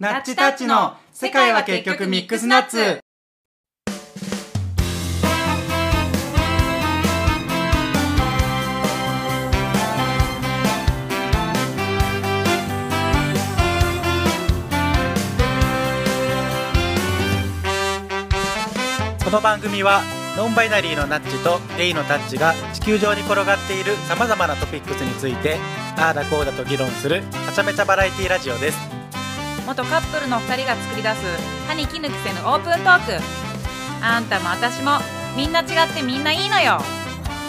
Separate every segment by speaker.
Speaker 1: ナッチタッチの世界は結局ミックスナッツ
Speaker 2: この番組はノンバイナリーのナッチとレイのタッチが地球上に転がっているさまざまなトピックスについてああだこうだと議論するはちゃめちゃバラエティラジオです
Speaker 3: 元カップルの2人が作り出す歯に衣着せぬオープントークあんたも私もみんな違ってみんないいのよ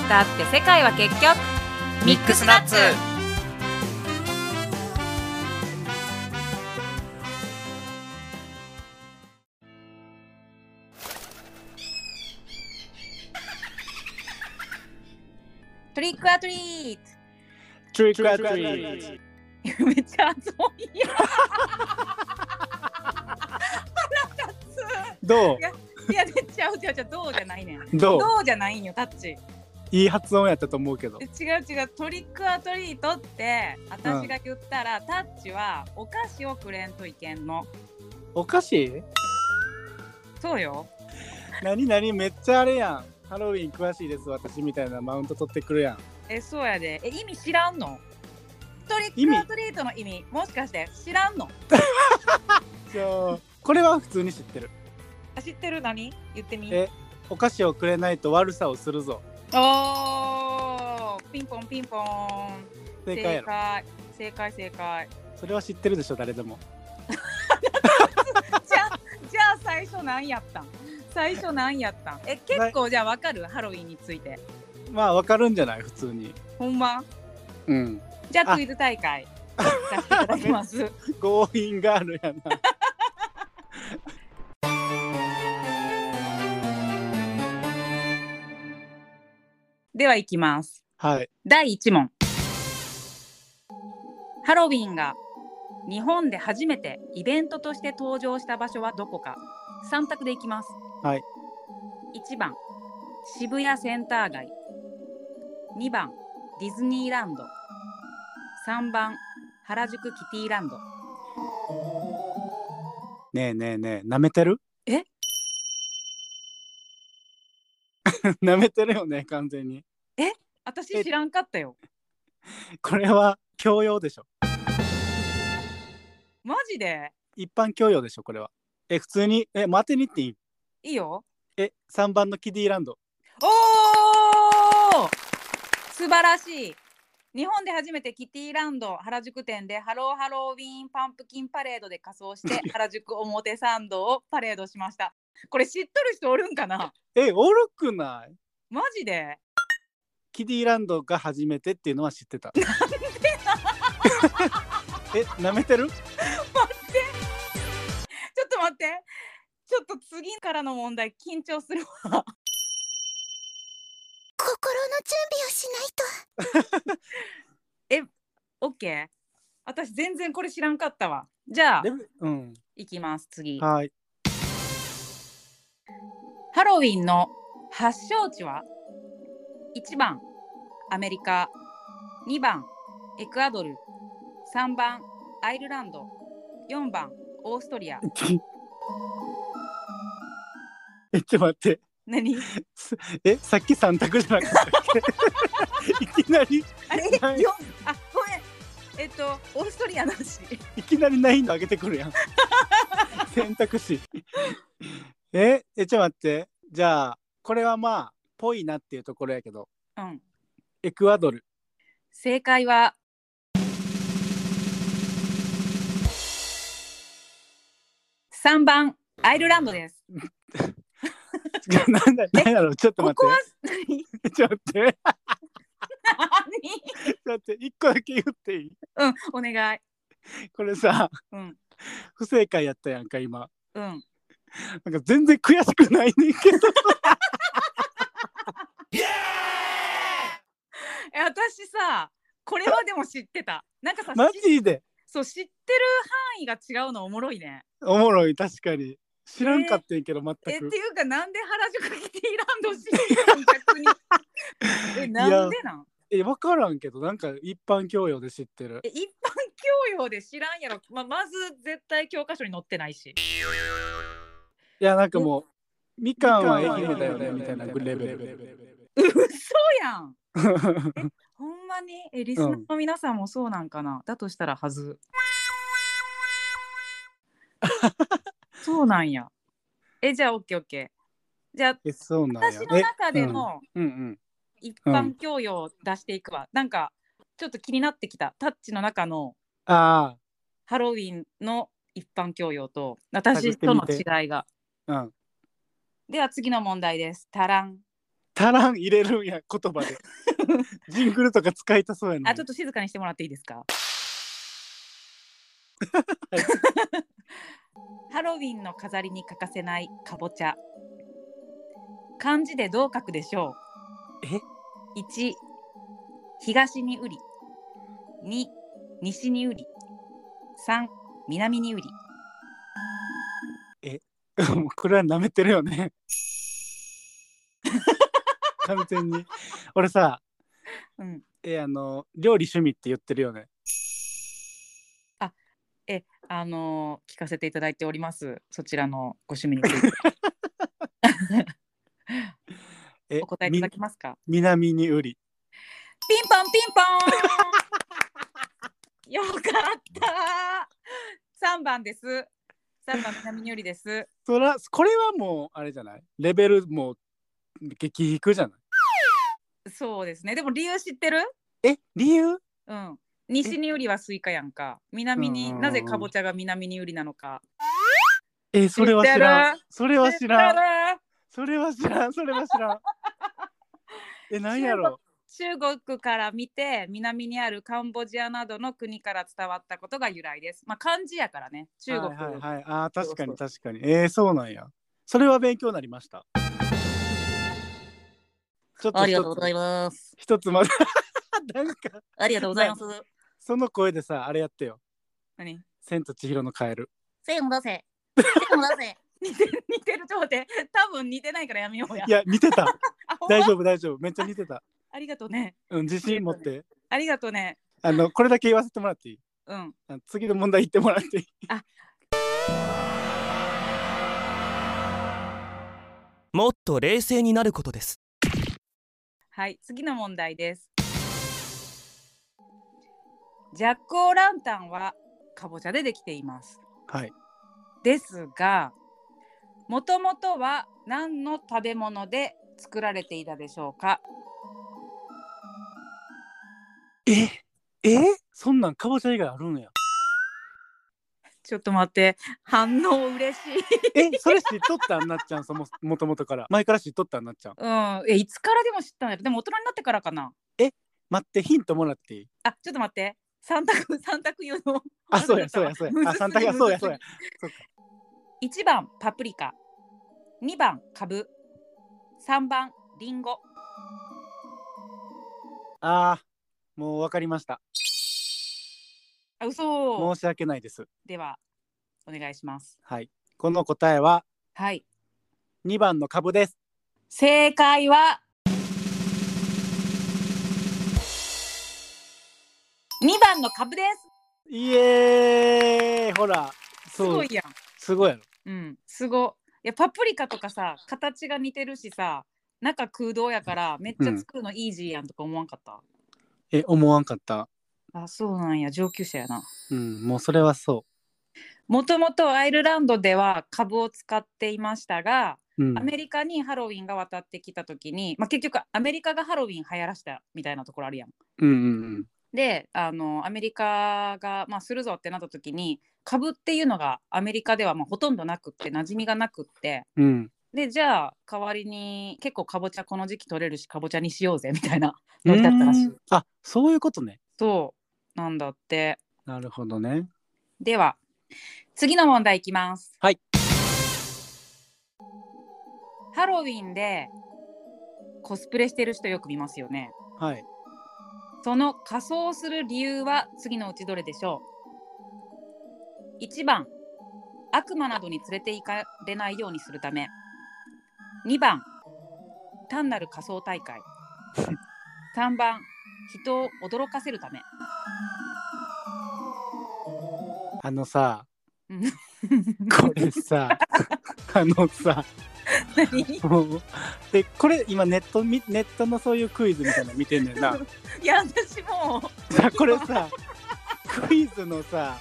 Speaker 3: だって世界は結局ミックスナッツトリックアト リ
Speaker 2: トリッ
Speaker 1: クアトリー
Speaker 3: ートめっちゃ熱いよ
Speaker 2: ど
Speaker 3: いや、でちゃうちゃうちゃう、どうじゃないねん。
Speaker 2: うど
Speaker 3: ど
Speaker 2: う
Speaker 3: うじゃないんよ、タッチ。
Speaker 2: いい発音やったと思うけど
Speaker 3: で違う違う、トリックアトリートって、私が言ったら、タッチはお菓子をくれんといけんの。
Speaker 2: おかしい
Speaker 3: そうよ。
Speaker 2: 何何めっちゃあれやんハロウィン詳しいです私みたいなマウント取ってくるやん
Speaker 3: え、そうやで。え、意味知らんのトリックアトリートの意味、もしかして知らんの
Speaker 2: じゃあこれは普通に知ってる
Speaker 3: あ知ってる何言ってみ。
Speaker 2: えお菓子をくれないと悪さをするぞ
Speaker 3: おーピンポンピンポン。
Speaker 2: 正解やろ
Speaker 3: 解。正解正解。
Speaker 2: それは知ってるでしょ誰でも
Speaker 3: じゃあ、じゃあ最初何やったん最初何やったんえ、結構じゃあわかるハロウィンについて。
Speaker 2: まあわかるんじゃない普通に
Speaker 3: ほんま
Speaker 2: うん
Speaker 3: じゃあ
Speaker 2: あ
Speaker 3: クイズ大会出していただきます。
Speaker 2: 強引ガール やな
Speaker 3: では行きます。
Speaker 2: はい
Speaker 3: 第1問。ハロウィンが日本で初めてイベントとして登場した場所はどこか。3択でいきます。
Speaker 2: はい。
Speaker 3: 1番、渋谷センター街。2番、ディズニーランド。3番、原宿キティランド。
Speaker 2: ねえねえねえ舐めてる
Speaker 3: え
Speaker 2: 舐めてるよね完全に
Speaker 3: 私知らんかったよ。
Speaker 2: これは教養でしょ
Speaker 3: マジで
Speaker 2: 一般教養でしょこれはえ普通にえ待てにっていい
Speaker 3: いいよ。
Speaker 2: え3番のキディランド
Speaker 3: おお素晴らしい日本で初めてキティランド原宿店でハローハローウィーンパンプキンパレードで仮装して 原宿表参道をパレードしましたこれ知っとる人おるんかな
Speaker 2: えおるくない
Speaker 3: マジで
Speaker 2: キディランドが初めてっていうのは知ってた え舐めてる
Speaker 3: ちょっと待ってちょっと次からの問題緊張する わ
Speaker 4: 心の準備をしないと
Speaker 3: オッケー私全然これ知らんかったわじゃあ
Speaker 2: でもうん
Speaker 3: いきます次ハ
Speaker 2: はい
Speaker 3: ロウィンの発祥地は1番アメリカ2番エクアドル3番アイルランド4番オーストリア
Speaker 2: えちょっと待って
Speaker 3: 何
Speaker 2: えさっき3択じゃなかったっけ いきなり
Speaker 3: あ れ
Speaker 2: はい
Speaker 3: よあごめんえっとオーストリアなし
Speaker 2: いきなり難易度上げてくる やん選択肢ええちょっと待ってじゃあこれはまあぽいなっていうところやけど
Speaker 3: うん
Speaker 2: エクアドル
Speaker 3: 正解は3番アイルランドです
Speaker 2: なんだなんやろちょっと待
Speaker 3: こ
Speaker 2: って
Speaker 3: こは何
Speaker 2: え ちょっと待って
Speaker 3: 何
Speaker 2: だって一個だけ言っていい
Speaker 3: うんお願い
Speaker 2: これさ
Speaker 3: うん
Speaker 2: 不正解やったやんか今
Speaker 3: うん
Speaker 2: なんか全然悔しくないねんけど
Speaker 3: え私さこれはでも知ってたなんかさ
Speaker 2: マ
Speaker 3: し
Speaker 2: ジで
Speaker 3: そう知ってる範囲が違うのおもろいね
Speaker 2: おもろい確かに知らんかったんやけど
Speaker 3: えっ
Speaker 2: 全
Speaker 3: て
Speaker 2: く、
Speaker 3: いうかなんで原宿キティランド知ってるの逆に えなんでなん
Speaker 2: え分からんけどなんか一般教養で知ってる
Speaker 3: え一般教養で知らんやろ、まあ、まず絶対教科書に載ってないし
Speaker 2: いや、なんかもう、みかんは愛媛だよね、みたいなレベル。
Speaker 3: 嘘やんほんまにえリスナーの皆さんもそうなんかな、だとしたらは ずそうなんやえじゃあオッケーオッケーじゃあ
Speaker 2: え、そうなんや
Speaker 3: 私。の
Speaker 2: え、
Speaker 3: 中でも
Speaker 2: うんうん。
Speaker 3: 一般教養を出していくわ、なんかちょっと気になってきたタッチの中の
Speaker 2: あ
Speaker 3: ハロウィンの一般教養と
Speaker 2: 探
Speaker 3: 私
Speaker 2: して
Speaker 3: と
Speaker 2: み
Speaker 3: の
Speaker 2: て
Speaker 3: 違いが。
Speaker 2: あ、うん。
Speaker 3: では次の問題です。タラン。
Speaker 2: 足らん入れるんや、言 葉で。ジングルとか使いたそうやな。
Speaker 3: あ、ちょっと静かにしてもらっていいです か。 ハロウィンの飾りに欠かせないかぼちゃ。漢字でどう書くでしょう。
Speaker 1: え
Speaker 3: 一。東に売り。二。西に売り。三。南に売り。
Speaker 2: もう これは舐めてるよね。 完全に。俺さ、
Speaker 3: うん。
Speaker 2: え、あの、料理趣味って言ってるよね。
Speaker 3: え、あのー聞かせていただいております。そちらのご趣味について
Speaker 2: え
Speaker 3: お答えい
Speaker 2: み
Speaker 3: ただけますか。
Speaker 2: 南に売り。
Speaker 3: ピンポンピンポン。よかった。三番です。三番南によりです。
Speaker 2: そら、これはもう、あれじゃないレベルもう激低じゃない
Speaker 3: そうですね。でも理由知ってる？
Speaker 2: え、理由
Speaker 3: うん。西によりはスイカやんか。南
Speaker 2: うん
Speaker 3: に
Speaker 2: うんうん
Speaker 3: なぜかぼちゃが南によりなのか。
Speaker 2: え、それは知
Speaker 3: 知っ
Speaker 2: ら
Speaker 3: て
Speaker 2: ん。それは知らん。
Speaker 3: ん。
Speaker 2: それは知らん。それは知らん。え、なんやろ
Speaker 3: 中国から見て南にあるカンボジアなどの国から伝わったことが由来です。まあ漢字やからね。中国。
Speaker 2: はいはいはい。あー、確かに確かに。えー、そうなんや。それは勉強になりました。ちょっと一つ
Speaker 3: ます。
Speaker 2: 一つまだなんか
Speaker 3: ありがとう。
Speaker 2: ございますその声でさあれやってよ
Speaker 3: 何？
Speaker 2: 「千と千尋のカエル
Speaker 3: 線を出 せ。線を出せ。似てる似てるちょっと待って多分似てないからやめようや」
Speaker 2: いや似てた
Speaker 3: あほんま
Speaker 2: 大丈夫大丈夫めっちゃ似てた、
Speaker 3: ありがとうね
Speaker 2: うん、自信持って
Speaker 3: ありがとうね
Speaker 2: あのこれだけ言わせてもらっていい
Speaker 3: うん
Speaker 2: あ次の問題言ってもらっていい
Speaker 5: もっと冷静になることです
Speaker 3: はい次の問題ですジャック・オー・ランタンはかぼちゃでできています
Speaker 2: はい
Speaker 3: ですがもともとは何の食べ物で作られていたでしょうか
Speaker 2: えー、そんなんかぼちゃ以外あるんや
Speaker 3: ちょっと待って反応嬉しい
Speaker 2: えそれ知っとったんなっちゃんそももともとから前から知っとったんなっちゃん
Speaker 3: うんえいつからでも知ったんだろでも大人になってからかな
Speaker 2: 待ってヒントもらっていい
Speaker 3: あちょっと待って三択三択言うの
Speaker 2: あそうやそうやそうやあ三択やそうやそうやそっか
Speaker 3: 1番パプリカ2番カブ3番リンゴ
Speaker 2: あーもう分かりました
Speaker 3: あ嘘
Speaker 2: 申し訳ないです
Speaker 3: ではお願いします
Speaker 2: はいこの答えは
Speaker 3: はい
Speaker 2: 2番の株です
Speaker 3: 正解は2番のカブです
Speaker 2: イエーイほら
Speaker 3: す
Speaker 2: そう
Speaker 3: ごいや
Speaker 2: すごいやろ
Speaker 3: んうんすごいやパプリカとかさ形が似てるしさ中空洞やからめっちゃ作るのイージーやんとか思わんかった、
Speaker 2: え思わんかった
Speaker 3: あそうなんや上級者やな
Speaker 2: うんもうそれはそ
Speaker 3: もともとアイルランドではカブを使っていましたが
Speaker 2: う、うん
Speaker 3: ア、メリカにハロウィンが渡ってきた時に、まあ、結局アメリカがハロウィン流行らしたみたいなところあるやん。
Speaker 2: うんうん
Speaker 3: であのアメリカが、まあ、するぞってなった時に株っていうのがアメリカではまあほとんどなくって馴染みがなくって
Speaker 2: うんうん
Speaker 3: でじゃあ代わりに結構かぼちゃこの時期取れるしかぼちゃにしようぜみたいな ノリだったらし
Speaker 2: う
Speaker 3: い
Speaker 2: ん。あそういうことね
Speaker 3: そうなんだって。
Speaker 2: なるほどね
Speaker 3: では次の問題いきます
Speaker 2: はい
Speaker 3: ハロウィンでコスプレしてる人よく見ますよね
Speaker 2: はい
Speaker 3: その仮装する理由は次のうちどれでしょう1番悪魔などに連れて行かれないようにするため2番単なる仮装大会 3番人を驚かせるため
Speaker 2: あのさ
Speaker 3: うん
Speaker 2: こ れさあのさ
Speaker 3: 何
Speaker 2: もうでこれ今ネットみネットのそういうクイズみたいなの見てんねんない
Speaker 3: や私も
Speaker 2: じゃあこれさクイズのさ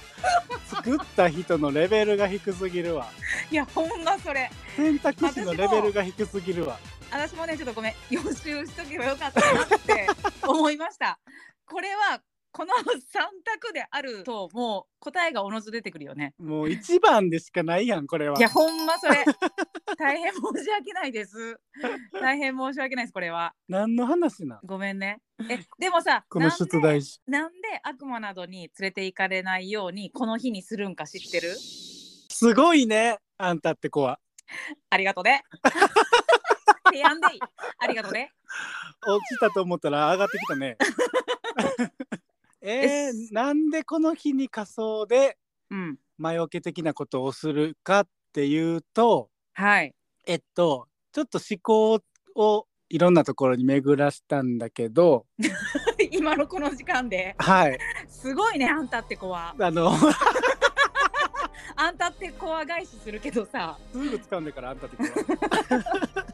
Speaker 2: 作った人のレベルが低すぎるわ
Speaker 3: いやほんまそれ
Speaker 2: 選択肢のレベルが低すぎるわ
Speaker 3: 私もねちょっとごめん予習しとけばよかったなって思いましたこれはこの3択であるともう答えがおのず出てくるよね
Speaker 2: もう一番でしかないやんこれはい
Speaker 3: やほんまそ れ大変申し訳ないです大変申し訳ないですこれは
Speaker 2: 何の話なん
Speaker 3: ごめんねえでもさ
Speaker 2: この出題者
Speaker 3: なんで悪魔などに連れて行かれないようにこの日にするんか知ってる
Speaker 2: すごいねあんたって子は
Speaker 3: ありがと ね提案でいいありがとね
Speaker 2: 落ちたと思ったら上がってきたね えー、なんでこの日に仮装で
Speaker 3: うん
Speaker 2: 魔除け的なことをするかっていうと
Speaker 3: はい
Speaker 2: えっとちょっと思考をいろんなところに巡らしたんだけど
Speaker 3: 今のこの時間で
Speaker 2: はい
Speaker 3: すごいねあんたって子は
Speaker 2: あの
Speaker 3: あんたって子は返しするけどさ
Speaker 2: すぐ掴んでからあんたって子 は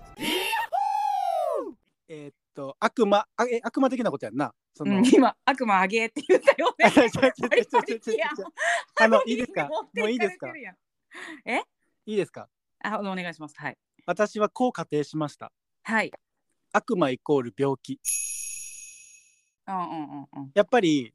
Speaker 2: えっと悪魔あえ悪魔的なことやんなその、
Speaker 3: うん今悪魔あげって言ったよ
Speaker 2: ちょ
Speaker 3: ね
Speaker 2: ちょちょちょちょ ちょあのいいですか
Speaker 3: 持
Speaker 2: も
Speaker 3: ってか
Speaker 2: う
Speaker 3: れ
Speaker 2: いいですか
Speaker 3: てるやん
Speaker 2: いいですか
Speaker 3: あお願いしますはい
Speaker 2: 私はこう仮定しました
Speaker 3: はい
Speaker 2: 悪魔イコール病気
Speaker 3: うんうんうん
Speaker 2: やっぱり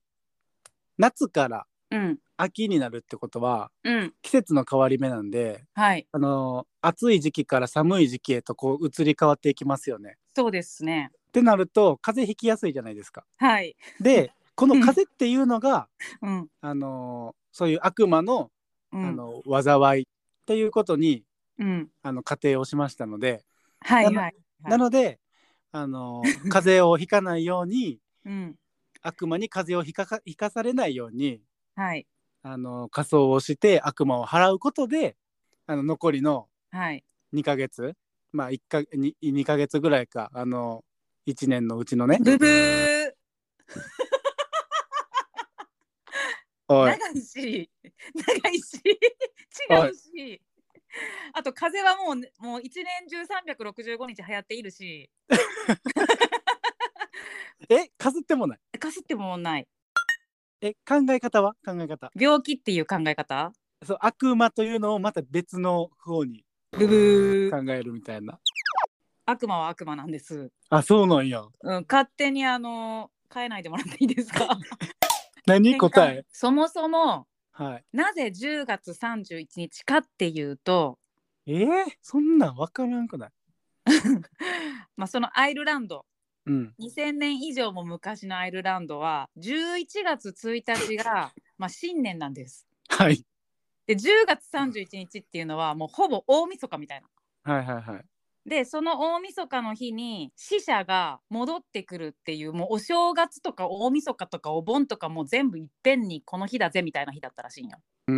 Speaker 2: 夏から
Speaker 3: うん
Speaker 2: 秋になるってことは
Speaker 3: うんうん
Speaker 2: 季節の変わり目なんで
Speaker 3: はい
Speaker 2: あの暑い時期から寒い時期へとこう移り変わっていきますよね。
Speaker 3: そうですね
Speaker 2: ってなると風邪ひきやすいじゃないですか。
Speaker 3: はい
Speaker 2: でこの風邪っていうのが、
Speaker 3: うん
Speaker 2: あのそういう悪魔の
Speaker 3: う
Speaker 2: あ
Speaker 3: ん
Speaker 2: の災いっていうことに
Speaker 3: うん
Speaker 2: あの仮定をしましたので、
Speaker 3: はい
Speaker 2: な
Speaker 3: は
Speaker 2: の
Speaker 3: いい
Speaker 2: なのであ の風邪をひかないように
Speaker 3: うん
Speaker 2: 悪魔に風邪をひかかひかされないように
Speaker 3: はい
Speaker 2: あの仮装をして悪魔を払うことであの残りの
Speaker 3: はい
Speaker 2: 2ヶ月まあ1か 2, 2ヶ月ぐらいかあの1年のうち のね
Speaker 3: ブブー
Speaker 2: おい
Speaker 3: 長いし 長いし
Speaker 2: お
Speaker 3: 違うしあと風はもうねもう一年中三百六十五日流行っているし
Speaker 2: えかすってもない
Speaker 3: かすってもない
Speaker 2: え考え方は考え方
Speaker 3: 病気っていう考え方
Speaker 2: そう悪魔というのをまた別の方に
Speaker 3: ブブー
Speaker 2: 考えるみたいな
Speaker 3: 悪魔は悪魔なんです、
Speaker 2: あそうなんや
Speaker 3: うん、勝手にあの変えないでもらっていいですか
Speaker 2: 何答え
Speaker 3: そもそも
Speaker 2: はい
Speaker 3: なぜ10月31日かっていうと、
Speaker 2: えー、そんなん分からんくない
Speaker 3: まあ、そのアイルランド
Speaker 2: うん
Speaker 3: 2000年以上も昔のアイルランドは11月1日がまあ新年なんです。
Speaker 2: はい
Speaker 3: で10月31日っていうのはもうほぼ大晦日みたいな。
Speaker 2: はいはいはい
Speaker 3: でその大晦日の日に死者が戻ってくるっていうもうお正月とか大晦日とかお盆とかもう全部いっぺんにこの日だぜみたいな日だったらしいんよ。
Speaker 2: うー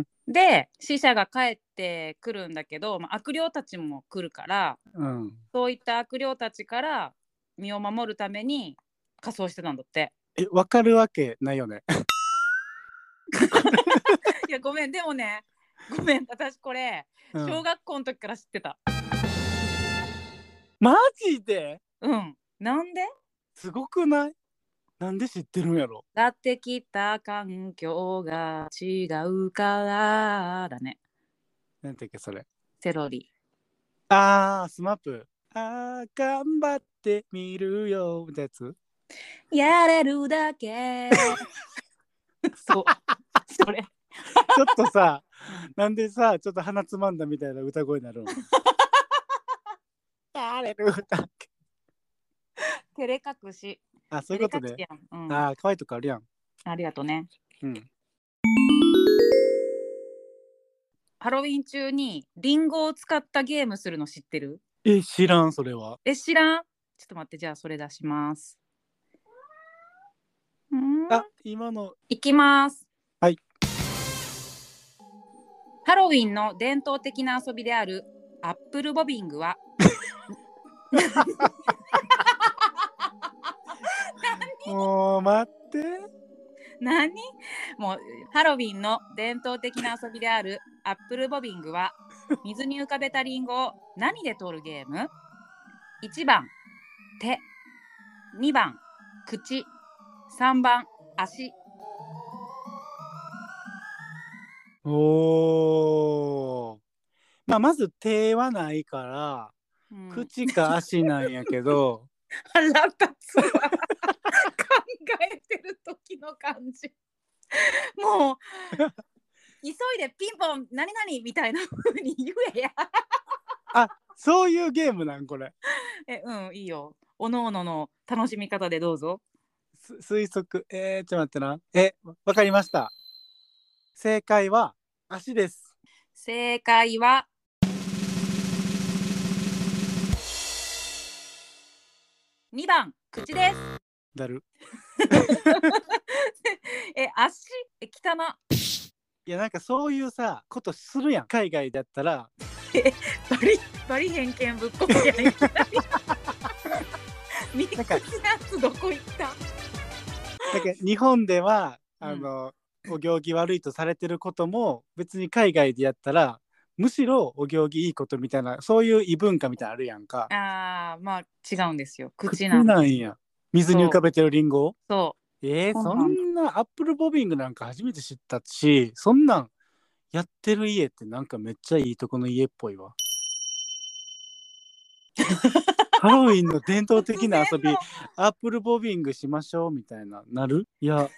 Speaker 2: ん
Speaker 3: で死者が帰ってくるんだけど、まあ、悪霊たちも来るから
Speaker 2: うん
Speaker 3: そういった悪霊たちから身を守るために仮装してたんだって。
Speaker 2: え分かるわけないよね
Speaker 3: いやごめんでもねごめん私これ、
Speaker 2: うん
Speaker 3: 小学校の時から知ってた
Speaker 2: マジで
Speaker 3: うんなんです
Speaker 2: ごくないなんで知ってるんやろ
Speaker 3: だってきた環境が違うからだね
Speaker 2: なんていうかそれ
Speaker 3: セロリ
Speaker 2: あースマップあー頑張ってみるよみたいなやつ
Speaker 3: やれるだけ そうそれ
Speaker 2: ちょっと さなんでさちょっと鼻つまんだみたいな歌声になる のやれる歌
Speaker 3: 照れ隠し
Speaker 2: あそういうこと
Speaker 3: 照
Speaker 2: で
Speaker 3: れ隠しやんうん、あ
Speaker 2: あー可愛いとこあるやん
Speaker 3: りがとうね
Speaker 2: うん
Speaker 3: ハロウィン中にリンゴを使ったゲームするの知ってる
Speaker 2: え知らんそれは
Speaker 3: え知らんちょっと待ってじゃあそれ出しますうん
Speaker 2: あ今の
Speaker 3: いきます。
Speaker 2: はい。
Speaker 3: ハロウィンの伝統的な遊びであるアップルボビングは。
Speaker 2: もう待って
Speaker 3: 何もうハロウィンの伝統的な遊びであるアップルボビングは水に浮かべたリンゴを何で取るゲーム ?1 番手2番口3番足
Speaker 2: おー。まあ、まず手はないから、
Speaker 3: うん
Speaker 2: 口か足なんやけど、
Speaker 3: 腹立つわ考えてる時の感じもう急いでピンポン何々みたいな風に言えや
Speaker 2: そういうゲームなんこれ。
Speaker 3: えうんいいよおのおのの楽しみ方でどうぞ
Speaker 2: す推測。えー、ちょっと待ってな。え、わかりました。正解は、足です。
Speaker 3: 正解は2番口です
Speaker 2: だる。
Speaker 3: え足え汚
Speaker 2: いや、なんかそういうさ、ことするやん。海外だったら、
Speaker 3: バリバリ偏見ぶっこみやいきなりミックスナッツどこ行った
Speaker 2: だけど日本では、
Speaker 3: うん
Speaker 2: あの、お行儀悪いとされてることも、別に海外でやったら、むしろお行儀いいことみたいな、そういう異文化みたいなのあるやんか。
Speaker 3: あーまあ違うんですよ口
Speaker 2: 口
Speaker 3: な
Speaker 2: なんんや。水に浮かべてるリンゴを
Speaker 3: そ
Speaker 2: えー、
Speaker 3: そう
Speaker 2: そ
Speaker 3: なん
Speaker 2: んなアップルボビングなんか初めて知ったしそんなんやってる家ってなんかめっちゃいいとこの家っぽ いわハロウィンの伝統
Speaker 3: う
Speaker 2: 的な遊び
Speaker 3: 突然の
Speaker 2: アップルボビングしましょうみたいななるいや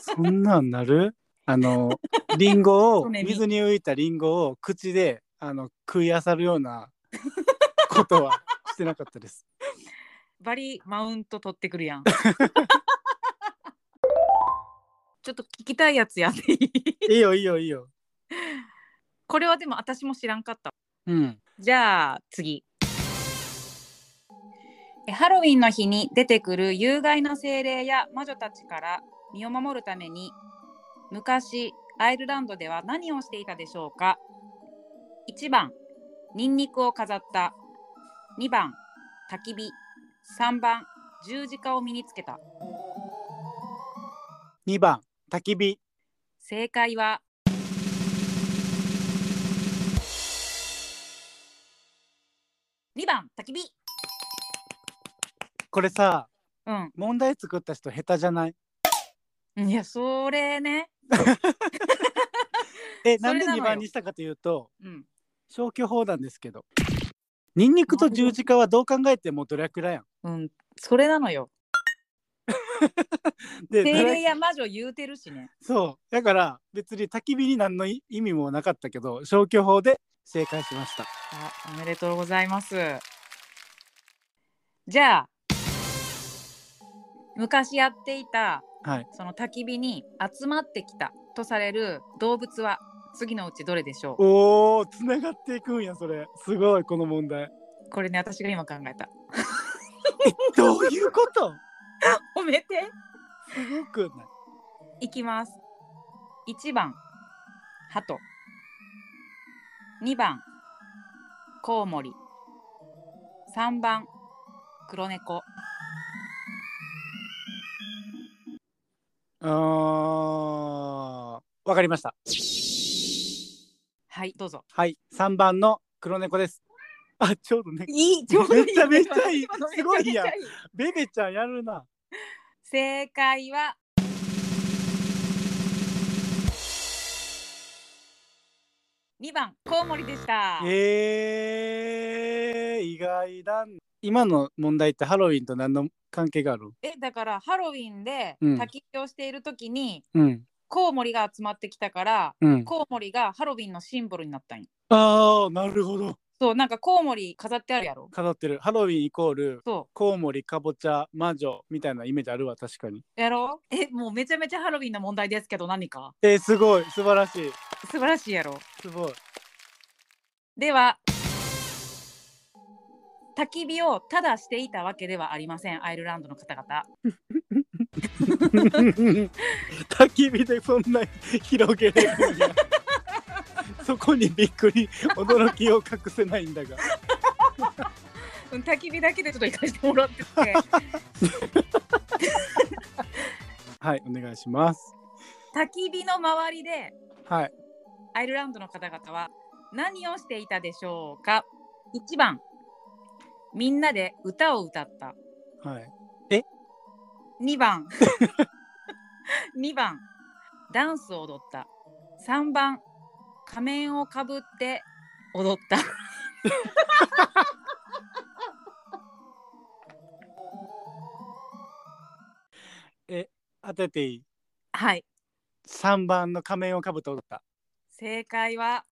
Speaker 2: そんなんなる あのリンゴを
Speaker 3: 骨身
Speaker 2: 水に浮いたリンゴを口であの食いあさるようなことはしてなかっ たです
Speaker 3: バリマウント取ってくる やんちょっと聞きたいやつやっていい
Speaker 2: いいよいいよいいよ
Speaker 3: これはでも私も知らんかった
Speaker 2: うん
Speaker 3: じゃあ次えハロウィンの日に出てくる有害な精霊や魔女たちから身を守るために昔アイルランドでは何をしていたでしょうか1番ニンニクを飾った2番焚き火3番十字架を身につけた
Speaker 2: 2番焚き火
Speaker 3: 正解は2番焚き火
Speaker 2: これさ
Speaker 3: う
Speaker 2: 問題作った人下手じゃない
Speaker 3: ん。いや、それね。
Speaker 2: え
Speaker 3: それな
Speaker 2: な
Speaker 3: の
Speaker 2: ん
Speaker 3: よ
Speaker 2: で2番にしたかというと
Speaker 3: うん。
Speaker 2: 消去法なんですけどニンニクと十字架はどう考えてもドラクラやん。
Speaker 3: うん。それなのよ。
Speaker 2: で
Speaker 3: 精
Speaker 2: ドラ
Speaker 3: 霊や魔女言うてるしね。
Speaker 2: そうだから別に焚き火に何の意味もなかったけど消去法で正解しました。
Speaker 3: あ、おめでとうございます。じゃあ。昔やっていた。
Speaker 2: はい。
Speaker 3: その焚き火に集まってきたとされる動物は。次のうちどれでしょう。
Speaker 2: おーつながっていくんやそれすごいこの問題。
Speaker 3: これね、私が今考えた。
Speaker 2: どういうこと
Speaker 3: 褒めて。
Speaker 2: すごくない
Speaker 3: いきます。1番、鳩。2番、コウモリ。3番、黒猫。
Speaker 2: あーわかりました。
Speaker 3: はい、どうぞ。
Speaker 2: はい3番の黒猫です。あちょうどね
Speaker 3: いい、
Speaker 2: ちょうどいいめちゃめちゃいい
Speaker 3: 今の
Speaker 2: すごいやん
Speaker 3: めちゃめちゃいい
Speaker 2: ベベちゃんやるな。
Speaker 3: 正解は、2番、コウモリでした。
Speaker 2: えー、意外だん今の問題ってハロウィンと何の関係がある
Speaker 3: え、だからハロウィンで
Speaker 2: うん
Speaker 3: 焚き火をしている時に、
Speaker 2: うん
Speaker 3: コウモリが集まってきたから、
Speaker 2: うん
Speaker 3: コウモリがハロウィンのシンボルになったんよ
Speaker 2: ああなるほど
Speaker 3: そうなんかコウモリ飾ってあるやろ
Speaker 2: 飾ってるハロウィンイコール
Speaker 3: そ
Speaker 2: コウモリかぼちゃ魔女みたいなイメージあるわ確かに
Speaker 3: うやろえもうめちゃめちゃハロウィンの問題ですけど何か
Speaker 2: えー、すごい素晴らしい
Speaker 3: 素晴らしいやろ
Speaker 2: すごい
Speaker 3: では焚き火をただしていたわけではありませんアイルランドの方々
Speaker 2: 焚き火でそんな広げれるんやそこにびっくり驚きを隠せないんだが
Speaker 3: うん焚き火だけでちょっと行かせてもらってて
Speaker 2: はいお願いします
Speaker 3: 焚き火の周りで
Speaker 2: はい
Speaker 3: アイルランドの方々は何をしていたでしょうか1番みんなで歌を歌った
Speaker 2: はい
Speaker 3: 2番2番ダンスを踊った3番仮面をかぶって踊った
Speaker 2: 当てていい
Speaker 3: はい
Speaker 2: 3番の仮面をかぶって踊った
Speaker 3: 正解は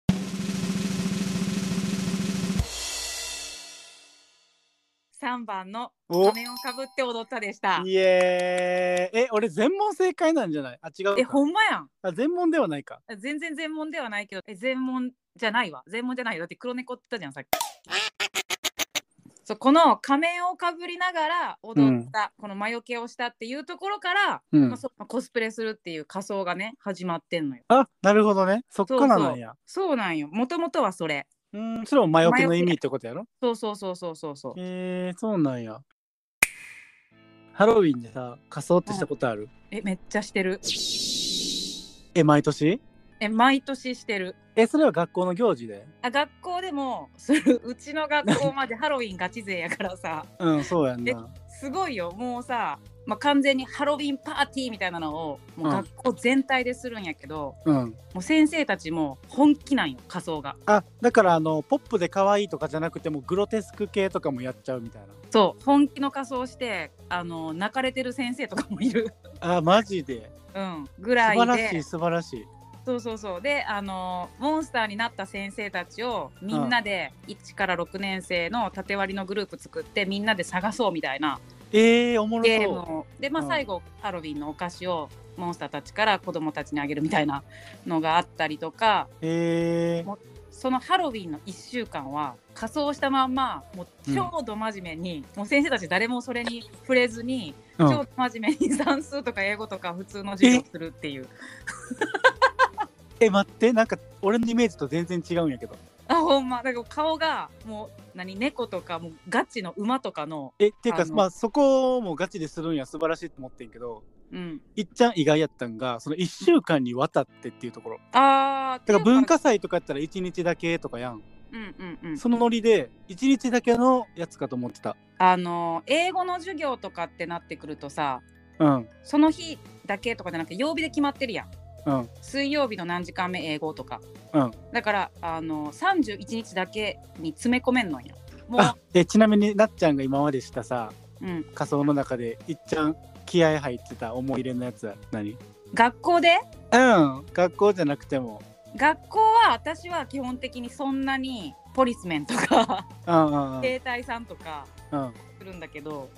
Speaker 3: 3番の
Speaker 2: お
Speaker 3: 仮面をかぶって踊ったでした
Speaker 2: イエーイえ俺全問正解なんじゃないあ違う
Speaker 3: え
Speaker 2: か
Speaker 3: ほんまやん
Speaker 2: あ全問ではないか
Speaker 3: 全然全問ではないけどえ全問じゃないわ全問じゃないよだって黒猫って言ったじゃんさっきそうこの仮面をかぶりながら踊った、この魔除けをしたっていうところから、
Speaker 2: う
Speaker 3: まあ
Speaker 2: ん
Speaker 3: そうコスプレするっていう仮装がね始まってんのよ
Speaker 2: あなるほどねそっからなんや
Speaker 3: そうなんよもともとはそれ
Speaker 2: うーんそれも魔除けの意味ってことやろ
Speaker 3: そうそうそうそうそうそう
Speaker 2: へえー、そうなんやハロウィンでさ仮装ってしたことある、
Speaker 3: えめっちゃしてる
Speaker 2: え毎年
Speaker 3: え毎年してる
Speaker 2: えそれは学校の行事で
Speaker 3: あ学校でもするうちの学校までハロウィンガチ勢やからさ
Speaker 2: うんそうやん
Speaker 3: え
Speaker 2: な
Speaker 3: すごいよもうさ、まあ、完全にハロウィンパーティーみたいなのをもううん学校全体でするんやけど、
Speaker 2: うん
Speaker 3: もう先生たちも本気なんよ仮装が
Speaker 2: あだからあのポップで可愛いとかじゃなくてもうグロテスク系とかもやっちゃうみたいな
Speaker 3: そう本気の仮装してあの泣かれてる先生とかもいる
Speaker 2: あマジで
Speaker 3: うんぐ
Speaker 2: 素
Speaker 3: ら
Speaker 2: 晴
Speaker 3: い
Speaker 2: らしい
Speaker 3: で
Speaker 2: 素晴らしい
Speaker 3: そうそうそうであのモンスターになった先生たちをみんなで1から6年生の縦割りのグループ作ってみんなで探そうみたいな
Speaker 2: えー、おもろ
Speaker 3: ゲーム
Speaker 2: そ
Speaker 3: をでまあ
Speaker 2: うん
Speaker 3: 最後、ハロウィンのお菓子をモンスターたちから子供たちにあげるみたいなのがあったりとか
Speaker 2: うえー、
Speaker 3: そのハロウィンの1週間は仮装したまんまもう超ど真面目に、もう先生たち誰もそれに触れずに、
Speaker 2: うん
Speaker 3: 超ど真面目に算数とか英語とか普通の授業をするっていう
Speaker 2: え待ってなんか俺のイメージと全然違うんやけど
Speaker 3: あほんまだけど顔がもう何猫とかもうガチの馬とかの
Speaker 2: えっていうか
Speaker 3: あの
Speaker 2: まあそこもガチでするんや素晴らしいと思ってんけど
Speaker 3: うん
Speaker 2: いっちゃん意外やったんがその1週間にわたってっていうところ
Speaker 3: あー
Speaker 2: だから
Speaker 3: っていう
Speaker 2: 文化祭とかやったら1日だけとかやん
Speaker 3: うんうんうん
Speaker 2: そのノリで1日だけのやつかと思ってた
Speaker 3: あの英語の授業とかってなってくるとさ
Speaker 2: うん
Speaker 3: その日だけとかじゃなくて曜日で決まってるやん
Speaker 2: うん
Speaker 3: 水曜日の何時間目英語とか、
Speaker 2: うん
Speaker 3: だからあの31日だけに詰め込めんのよも
Speaker 2: あでちなみになっちゃんが今までしたさ
Speaker 3: う、うん、
Speaker 2: 仮装の中でいっちゃん気合入ってた思い入れのやつは何うん
Speaker 3: 学校で
Speaker 2: 学校じゃなくても
Speaker 3: 学校は私は基本的にそんなにポリスメンとか
Speaker 2: うんうんうん
Speaker 3: 兵隊さんとか
Speaker 2: うん
Speaker 3: するんだけど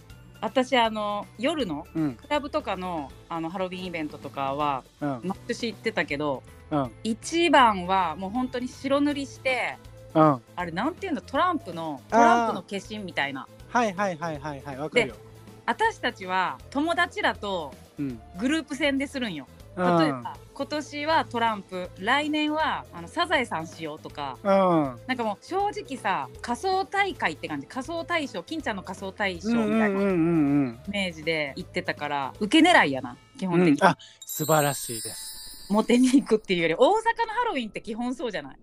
Speaker 3: 私あの夜の
Speaker 2: うん
Speaker 3: クラブとかのあのハロウィンイベントとかは
Speaker 2: うん
Speaker 3: 毎年行ってたけど
Speaker 2: うん
Speaker 3: 一番はもう本当に白塗りして
Speaker 2: うん
Speaker 3: あれなんていうんだトランプのトランプの化身みたいな
Speaker 2: はいはいはいはいはいわかるよ
Speaker 3: 私たちは友達らと
Speaker 2: うん
Speaker 3: グループ戦でするんよ
Speaker 2: う
Speaker 3: 例え
Speaker 2: ん
Speaker 3: ば、今年はトランプ来年はあのサザエさんしようとか
Speaker 2: うん
Speaker 3: なんかもう正直さ仮想大会って感じ仮想大賞金ちゃんの仮想大賞
Speaker 2: うんうん
Speaker 3: みたいな
Speaker 2: う
Speaker 3: イ
Speaker 2: んうんうん
Speaker 3: メージで行ってたから、受け狙いやな基本
Speaker 2: う
Speaker 3: 的
Speaker 2: ん
Speaker 3: に、
Speaker 2: あ素晴らしいです
Speaker 3: モテに行くっていうより大阪のハロウィンって基本そうじゃない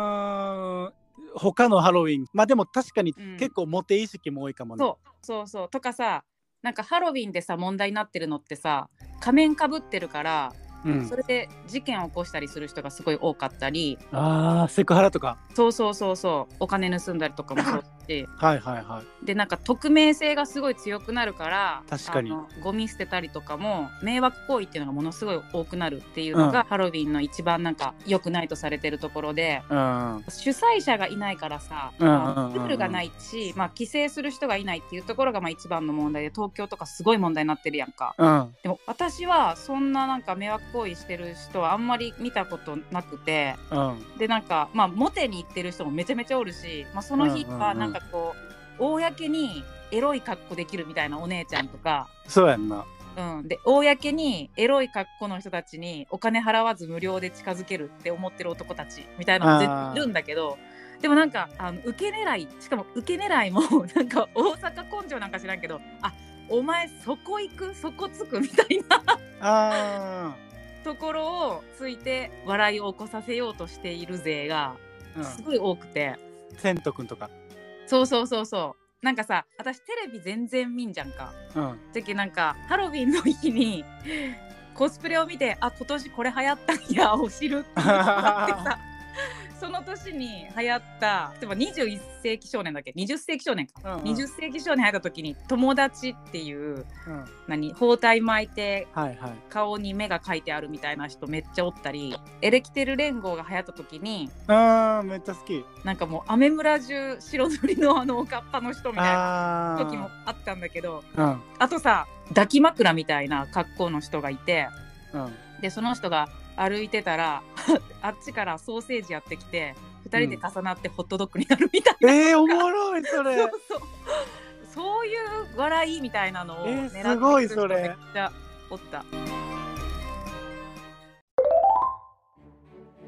Speaker 2: あー他のハロウィンまあでも確かに
Speaker 3: うん
Speaker 2: 結構モテ意識も多いかもね、
Speaker 3: そうそうそうとかさなんかハロウィンでさ問題になってるのってさ仮面かぶってるから、
Speaker 2: うん
Speaker 3: それで事件を起こしたりする人がすごい多かったり
Speaker 2: あーセクハラとか
Speaker 3: そうそうそうそうお金盗んだりとかもそうだ し
Speaker 2: はいはいはい
Speaker 3: でなんか匿名性がすごい強くなるから
Speaker 2: 確かに
Speaker 3: あのゴミ捨てたりとかも迷惑行為っていうのがものすごい多くなるっていうのが、ハロウィンの一番なんか良くないとされてるところで。
Speaker 2: うん
Speaker 3: 主催者がいないからさ、
Speaker 2: うんうんうんうん
Speaker 3: ルールがないし、まあ、規制する人がいないっていうところがまあ一番の問題で東京とかすごい問題になってるやんか
Speaker 2: うん
Speaker 3: でも私はそんななんか迷惑行為してる人はあんまり見たことなくて
Speaker 2: うん
Speaker 3: でなんかまあモテに行ってる人もめちゃめちゃおるし、まあ、その日は
Speaker 2: うんうん
Speaker 3: な
Speaker 2: うん
Speaker 3: んかこう,、公にエロい格好できるみたいなお姉ちゃんとか。
Speaker 2: そうやんな
Speaker 3: うん、で公にエロい格好の人たちにお金払わず無料で近づけるって思ってる男たちみたいなのも絶
Speaker 2: あ
Speaker 3: 対い
Speaker 2: ー
Speaker 3: るんだけどでもなんかあの受け狙いしかも受け狙いもなんか大阪根性なんか知らんけどあお前そこ行くそこつくみたいな
Speaker 2: あ
Speaker 3: ところをついて笑いを起こさせようとしている勢がすごい多くて、
Speaker 2: うん、セント君とか、
Speaker 3: そうそうそうそうなんかさ私テレビ全然見んじゃんか
Speaker 2: うん、
Speaker 3: じゃけなんかハロウィンの日に コスプレを見てあ今年これ流行ったんや を知るって さその年に流行った例えば21世紀少年だっけ20世紀少年か、
Speaker 2: うんうん
Speaker 3: 20世紀少年流行った時に「友達」っていう
Speaker 2: うん、
Speaker 3: 何包帯巻いて
Speaker 2: はいはい
Speaker 3: 顔に目が描いてあるみたいな人めっちゃおったりエレキテル連合が流行った時に
Speaker 2: あーめっちゃ好き
Speaker 3: なんかもうアメ村中白塗りのあのおかっぱの人みたいな
Speaker 2: あー
Speaker 3: 時もあったんだけど
Speaker 2: うん
Speaker 3: あとさ抱き枕みたいな格好の人がいて
Speaker 2: うん
Speaker 3: でその人が歩いてたら あっちからソーセージやってきて2人で重なってホットドッグになるみたいな、
Speaker 2: えー、おもろいそ れ
Speaker 3: そうそうそういう笑いみたいなのを
Speaker 2: え
Speaker 3: 狙っ
Speaker 2: ー
Speaker 3: てくる
Speaker 2: すごい
Speaker 3: 人
Speaker 2: それ
Speaker 3: めっちゃおった。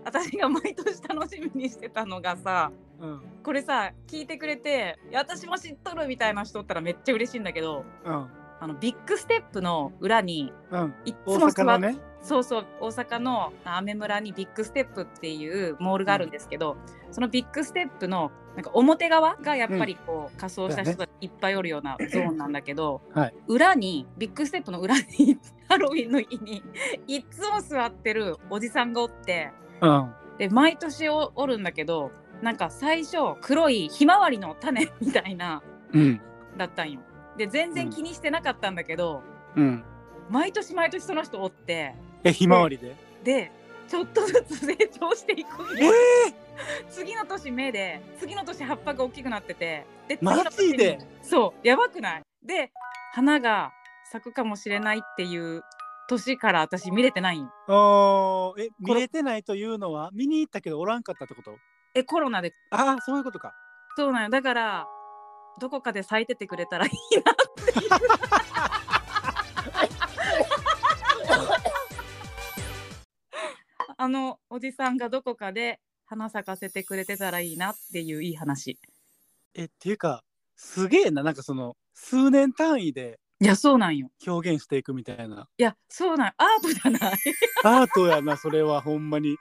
Speaker 3: 私が毎年楽しみにしてたのがさ
Speaker 2: うん
Speaker 3: これさ聞いてくれて「いや私も知っとる」みたいな人おったらめっちゃ嬉しいんだけど
Speaker 2: うん
Speaker 3: あのビッグステップの裏に
Speaker 2: うん
Speaker 3: いっつ
Speaker 2: 大
Speaker 3: も座
Speaker 2: 阪
Speaker 3: っ
Speaker 2: のね
Speaker 3: そうそう大阪のアメ村にビッグステップっていうモールがあるんですけど、そのビッグステップのなんか表側がやっぱりこう、仮装した人がいっぱいおるようなゾーンなんだけ ど、
Speaker 2: はい
Speaker 3: 裏にビッグステップの裏にハロウィンの日にいっつも座ってるおじさんがおって
Speaker 2: うん
Speaker 3: で毎年おおるんだけどなんか最初黒いひまわりの種みたいな
Speaker 2: うん
Speaker 3: だったんよ。で全然気にしてなかったんだけど、
Speaker 2: うん
Speaker 3: 毎年毎年その人おって。
Speaker 2: えひまわりで
Speaker 3: でちょっとずつ成長していくんよ、次の年芽で次の年葉っぱが大きくなっててで次の年に
Speaker 2: マジで
Speaker 3: そうやばくないで花が咲くかもしれないっていう年から私見れてないんよ
Speaker 2: おーえ
Speaker 3: これ
Speaker 2: 見れてないというのは見に行ったけどおらんかったってこと
Speaker 3: えコロナで
Speaker 2: ああそういうことか
Speaker 3: そうなんよだからどこかで咲いててくれたらいいなっていうあのおじさんがどこかで花咲かせてくれてたらいいなっていういい話
Speaker 2: えっていうかすげえななんかその数年単位で
Speaker 3: いやそうなんよ
Speaker 2: 表現していくみたいない
Speaker 3: やそうなんアートじゃない
Speaker 2: アートやなそれはほんまに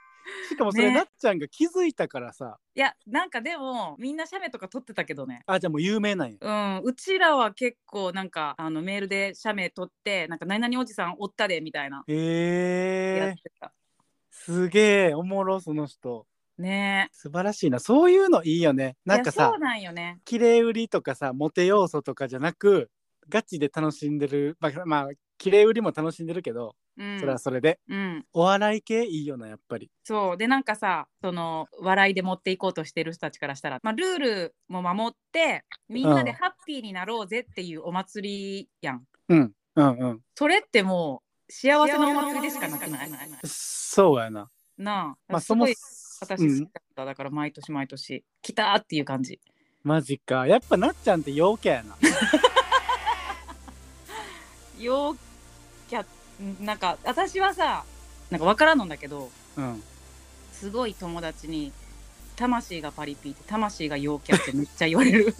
Speaker 2: しかもそれ、
Speaker 3: ね
Speaker 2: なっちゃんが気づいたからさ
Speaker 3: いやなんかでもみんな写メとか撮ってたけどね
Speaker 2: あじゃあもう有名なんや
Speaker 3: うん、うちらは結構なんかあのメールで写メ撮ってなんか何々おじさんおったでみたいなやっ
Speaker 2: えー
Speaker 3: て、た、
Speaker 2: すげえおもろその人
Speaker 3: ね
Speaker 2: 素晴らしいなそういうのいいよね
Speaker 3: え
Speaker 2: なんか
Speaker 3: いや
Speaker 2: さ
Speaker 3: そうなんよね
Speaker 2: 綺麗売りとかさモテ要素とかじゃなくガチで楽しんでるまあ、まあ、綺麗売りも楽しんでるけど
Speaker 3: うん
Speaker 2: それはそれで、
Speaker 3: うん、
Speaker 2: お笑い系いいよなやっぱり
Speaker 3: そうでなんかさその笑いで持っていこうとしてる人たちからしたら、まあ、ルールも守ってみんなで
Speaker 2: うん
Speaker 3: ハッピーになろうぜっていうお祭りやん、
Speaker 2: うんうんうん
Speaker 3: それってもう幸せのお祭りでしかなくない
Speaker 2: そうやな
Speaker 3: なあ、
Speaker 2: まあ
Speaker 3: す
Speaker 2: そも
Speaker 3: ごい私好きだ
Speaker 2: うん
Speaker 3: った、だから毎年毎年来たーっていう感じ
Speaker 2: マジかやっぱなっちゃんって陽キャやな
Speaker 3: 陽キャんなんか私はさなんか分からんのだけど
Speaker 2: うん
Speaker 3: すごい友達に「魂がパリピ」って「魂が陽キャ」ってめっちゃ言われ る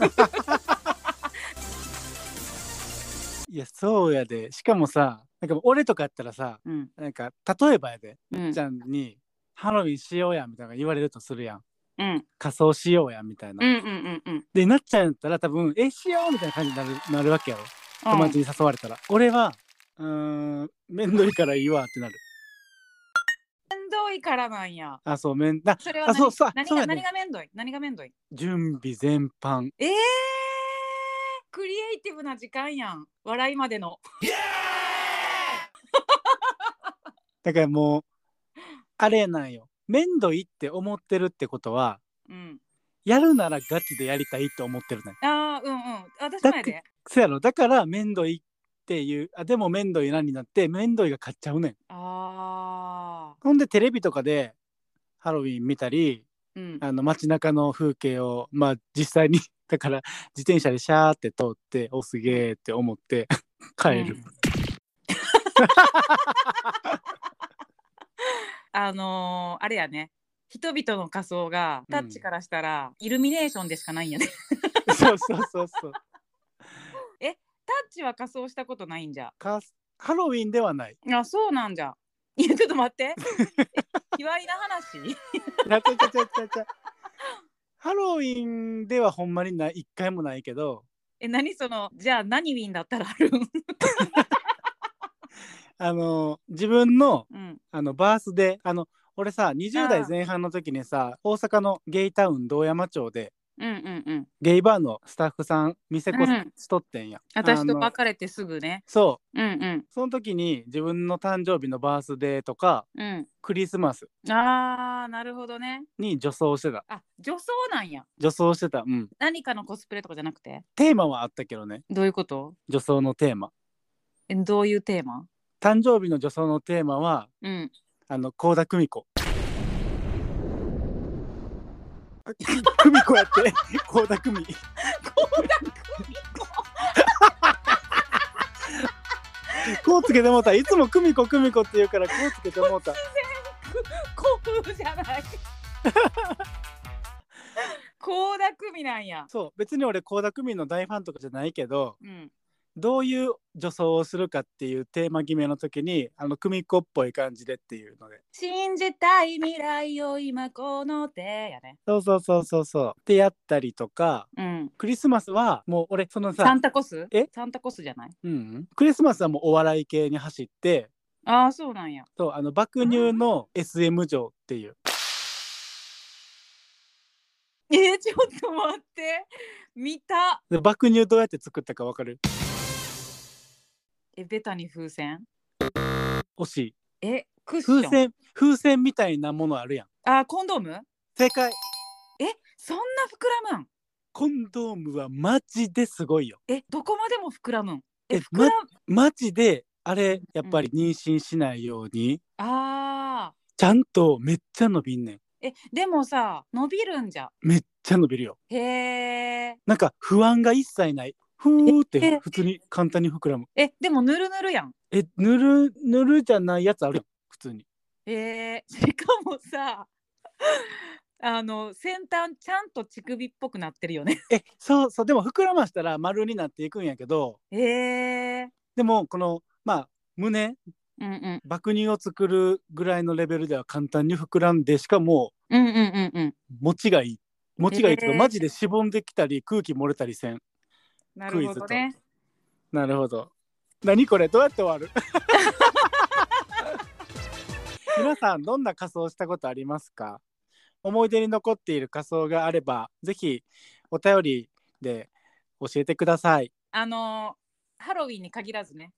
Speaker 2: いやそうやでしかもさなんか俺とかやったらさ
Speaker 3: うん
Speaker 2: なんか例えばやで、
Speaker 3: うん
Speaker 2: ちゃんに「ハロウィンしようや」みたいなの言われるとするやん
Speaker 3: うん
Speaker 2: 仮装しようやみたいな、
Speaker 3: うんうんうんうん
Speaker 2: でなっちゃんやったら多分「えしよう」みたいな感じになるなるわけやろ友達に誘われたら、俺はうーん面倒いからいいわってなる
Speaker 3: めんどいからなんや。
Speaker 2: あそうめんあ
Speaker 3: それは
Speaker 2: あ
Speaker 3: 何
Speaker 2: そうそうあ
Speaker 3: 何
Speaker 2: そう
Speaker 3: が
Speaker 2: や
Speaker 3: 何
Speaker 2: ね
Speaker 3: がめんどい何がめんどい
Speaker 2: 準備全般
Speaker 3: えー、クリエイティブな時間やん。笑いまでの。
Speaker 2: だからもうあれなんよ面倒いって思ってるってことは
Speaker 3: うん。
Speaker 2: やるならガチでやりたいって思ってるね
Speaker 3: ああ、うんうん。私もやで。
Speaker 2: そやろだから面倒いっていうあでも面倒いなになって面倒いが買っちゃうねん
Speaker 3: ああ。
Speaker 2: ほんでテレビとかでハロウィン見たり
Speaker 3: うん。
Speaker 2: あの街中の風景をまあ実際に だから自転車でシャーって通っておすげーって思って 帰る、
Speaker 3: うん あのー、あれやね。人々の仮装がタッチからしたら、イルミネーションでしかないんやね。
Speaker 2: そうそうそうそう
Speaker 3: タッチは仮装したことないんじゃ。
Speaker 2: かハロウィンではない
Speaker 3: あ、そうなんじゃ。 いやちょっと待って 卑猥な話
Speaker 2: いやちゃちゃちゃちゃちゃハロウィンではほんまにない一回もないけど
Speaker 3: え何そのじゃあ何ウィンだったらあるん
Speaker 2: あの自分の
Speaker 3: うん
Speaker 2: あのバースデーあの俺さ
Speaker 3: あー
Speaker 2: 20代前半の時にさ大阪のゲイタウン堂山町で
Speaker 3: うんうんうん
Speaker 2: ゲイバーのスタッフさん店こ
Speaker 3: うん
Speaker 2: しとってんや、
Speaker 3: 私と
Speaker 2: あの
Speaker 3: 別れてすぐね
Speaker 2: そ
Speaker 3: うん
Speaker 2: うその時に自分の誕生日のバースデーとか
Speaker 3: うん
Speaker 2: クリスマス
Speaker 3: うんあーなるほどね
Speaker 2: に女装してた
Speaker 3: あ女装なんや
Speaker 2: 女装してたうん
Speaker 3: 何かのコスプレとかじゃなくて
Speaker 2: テーマはあったけどね
Speaker 3: どういうこと
Speaker 2: 女装のテーマ
Speaker 3: えどういうテーマ
Speaker 2: 誕生日の女装のテーマは
Speaker 3: うん
Speaker 2: あの高田久美子あき久美子やって高田久美こうつけてもうたいつも久美子久美子って言うからこうつけてもうた
Speaker 3: 古風じゃ ない高田組なんや
Speaker 2: そう別に俺高田久美の大ファンとかじゃないけど
Speaker 3: うん
Speaker 2: どういう女装をするかっていうテーマ決めの時にあの久美子っぽい感じでっていうので
Speaker 3: 信じたい未来を今この手やね
Speaker 2: そうそうそうそうそうってやったりとか
Speaker 3: うん
Speaker 2: クリスマスはもう俺その
Speaker 3: サ
Speaker 2: さ
Speaker 3: ン、タコス
Speaker 2: え
Speaker 3: サンタコスじゃない
Speaker 2: うんうん、クリスマスはもうお笑い系に走って
Speaker 3: ああそうなんや
Speaker 2: そうあの爆乳の SM 嬢っていう
Speaker 3: えー、ちょっと待って見た
Speaker 2: で爆乳どうやって作ったかわかる
Speaker 3: えベタに風船
Speaker 2: 惜しい
Speaker 3: えクッション
Speaker 2: 風船風船みたいなものあるやん
Speaker 3: あーコンドーム
Speaker 2: 正解
Speaker 3: えそんな膨らむん
Speaker 2: コンドームはマジですごいよ
Speaker 3: えどこまでも膨らむんえ
Speaker 2: え
Speaker 3: 膨らむ、
Speaker 2: マジであれやっぱり妊娠しないように
Speaker 3: あ
Speaker 2: ちゃんとめっちゃ伸びんねん
Speaker 3: ーえでもさ伸びるんじゃ
Speaker 2: めっちゃ伸びるよ
Speaker 3: へえ
Speaker 2: なんか不安が一切ないふーって
Speaker 3: え
Speaker 2: 普通に簡単に膨らむ
Speaker 3: えでもぬるぬるやん
Speaker 2: えぬるぬるじゃないやつあるやん普通に
Speaker 3: えー、しかもさ あの先端ちゃんと乳首っぽくなってるよね
Speaker 2: えそうそうでも膨らましたら丸になっていくんやけど
Speaker 3: えー、
Speaker 2: でもこのまあ胸
Speaker 3: うんうん
Speaker 2: 爆乳を作るぐらいのレベルでは簡単に膨らんでしかも
Speaker 3: うんうんうんうん
Speaker 2: 持ちがいい持ちがいいっていうか、
Speaker 3: えー
Speaker 2: マジでしぼんできたり空気漏れたりせん
Speaker 3: な
Speaker 2: ク
Speaker 3: る
Speaker 2: イ
Speaker 3: ほ
Speaker 2: ズ
Speaker 3: ど
Speaker 2: と
Speaker 3: ね
Speaker 2: なるほど 何これどうやって終わる 皆さんどんな仮装したことありますか思い出に残っている仮装があればぜひお便りで教えてください
Speaker 3: あのハロウィンに限らずね、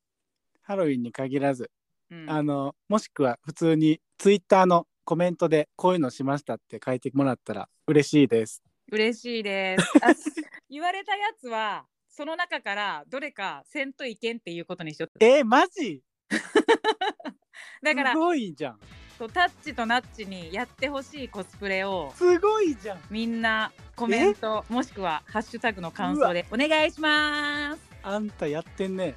Speaker 2: ハロウィンに限らず
Speaker 3: うん、
Speaker 2: あのもしくは普通にツイッターのコメントでこういうのしましたって書いてもらったら嬉しいです。
Speaker 3: 嬉しい ですあ言われたやつはその中からどれかせんといけんっていうことにしよう
Speaker 2: えー、マジ
Speaker 3: だから
Speaker 2: すごいじゃん
Speaker 3: そうタッチとナッチにやってほしいコスプレを
Speaker 2: すごいじゃん
Speaker 3: みんなコメントもしくはハッシュタグの感
Speaker 2: う
Speaker 3: 想
Speaker 2: わ
Speaker 3: でお願いします
Speaker 2: あんたやってん ね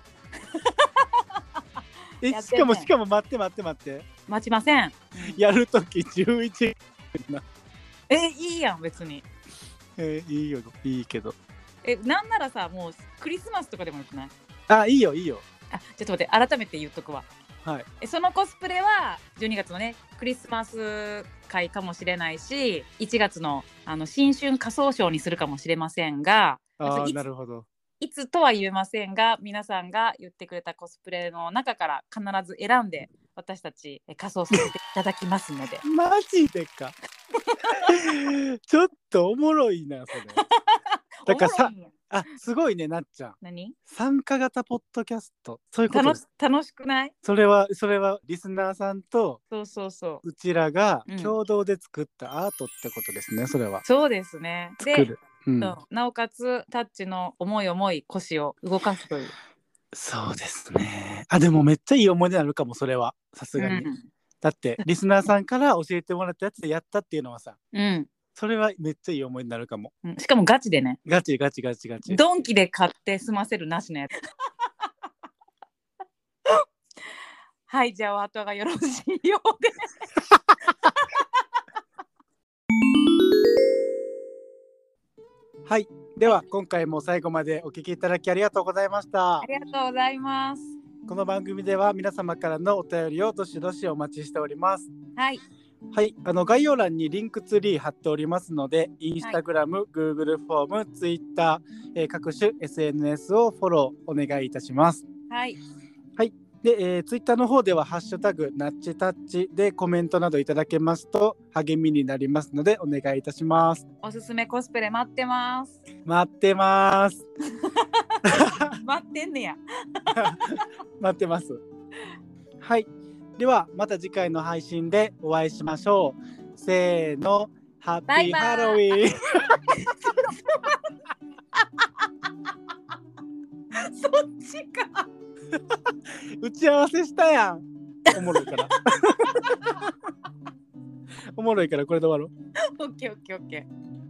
Speaker 2: え
Speaker 3: やってんね
Speaker 2: しかもしかも待って待って待って
Speaker 3: 待ちません
Speaker 2: やるとき11、
Speaker 3: えいいやん別に
Speaker 2: えーいいよいいけど
Speaker 3: えなんならさもうクリスマスとかでもよくない
Speaker 2: あいいよいいよ
Speaker 3: あちょっと待って改めて言っとくわ
Speaker 2: はい
Speaker 3: えそのコスプレは12月のねクリスマス会かもしれないし1月のあの新春仮装ショーにするかもしれませんが
Speaker 2: あ
Speaker 3: あとい
Speaker 2: ー
Speaker 3: つ
Speaker 2: なるほど
Speaker 3: いつとは言えませんが皆さんが言ってくれたコスプレの中から必ず選んで私たちえ仮装させていただきますので
Speaker 2: マジでか ちょっとおもろいなそれ だから
Speaker 3: お
Speaker 2: さ
Speaker 3: もろいんや
Speaker 2: あすごいねなっちゃん
Speaker 3: 何
Speaker 2: 参加型ポッドキャストそういうことで
Speaker 3: 楽
Speaker 2: す
Speaker 3: し楽しくない
Speaker 2: それはそれはリスナーさんと
Speaker 3: そうそうそう
Speaker 2: うちらが
Speaker 3: うん
Speaker 2: 共同で作ったアートってことですねそれは
Speaker 3: そうですねで
Speaker 2: 作る、うん、
Speaker 3: そうなおかつタッチの重い重い腰を動かすという、
Speaker 2: そうですねあでもめっちゃいい思い出になるかもそれはさすがに、
Speaker 3: うん
Speaker 2: だって リスナーさんから教えてもらったやつでやったっていうのはさ
Speaker 3: うん
Speaker 2: それはめっちゃいい思い出になるかも
Speaker 3: うん、しかもガチでね
Speaker 2: ガチガチガチガチ
Speaker 3: ドンキで買って済ませるなしの やつはいじゃあお後がよろしいようで
Speaker 2: はいでは今回も最後までお聞きいただきありがとうございました
Speaker 3: ありがとうございます
Speaker 2: この番組では皆様からのお便りをどしどしお待ちしております。
Speaker 3: はい。
Speaker 2: はい、あの概要欄にリンクツリー貼っておりますので、インスタグラム、Google フォーム、Twitter、えー各種 SNS をフォローお願いいたします。
Speaker 3: はい。
Speaker 2: で、えー、Twitter の方では「ハッシュタグナッチタッチ」でコメントなどいただけますと励みになりますのでお願いいたします。
Speaker 3: おすすめコスプレ待ってます。
Speaker 2: 待ってます。
Speaker 3: 待ってんねや。
Speaker 2: 待ってます。はい。ではまた次回の配信でお会いしましょう。せーの、ハッ
Speaker 3: バイ
Speaker 2: ピー
Speaker 3: バイ
Speaker 2: ハロウィン。
Speaker 3: そっちか。
Speaker 2: 打ち合わせしたやん。おもろいから。 おもろいからこれで終わろう。
Speaker 3: オッケーオッケーオッケー。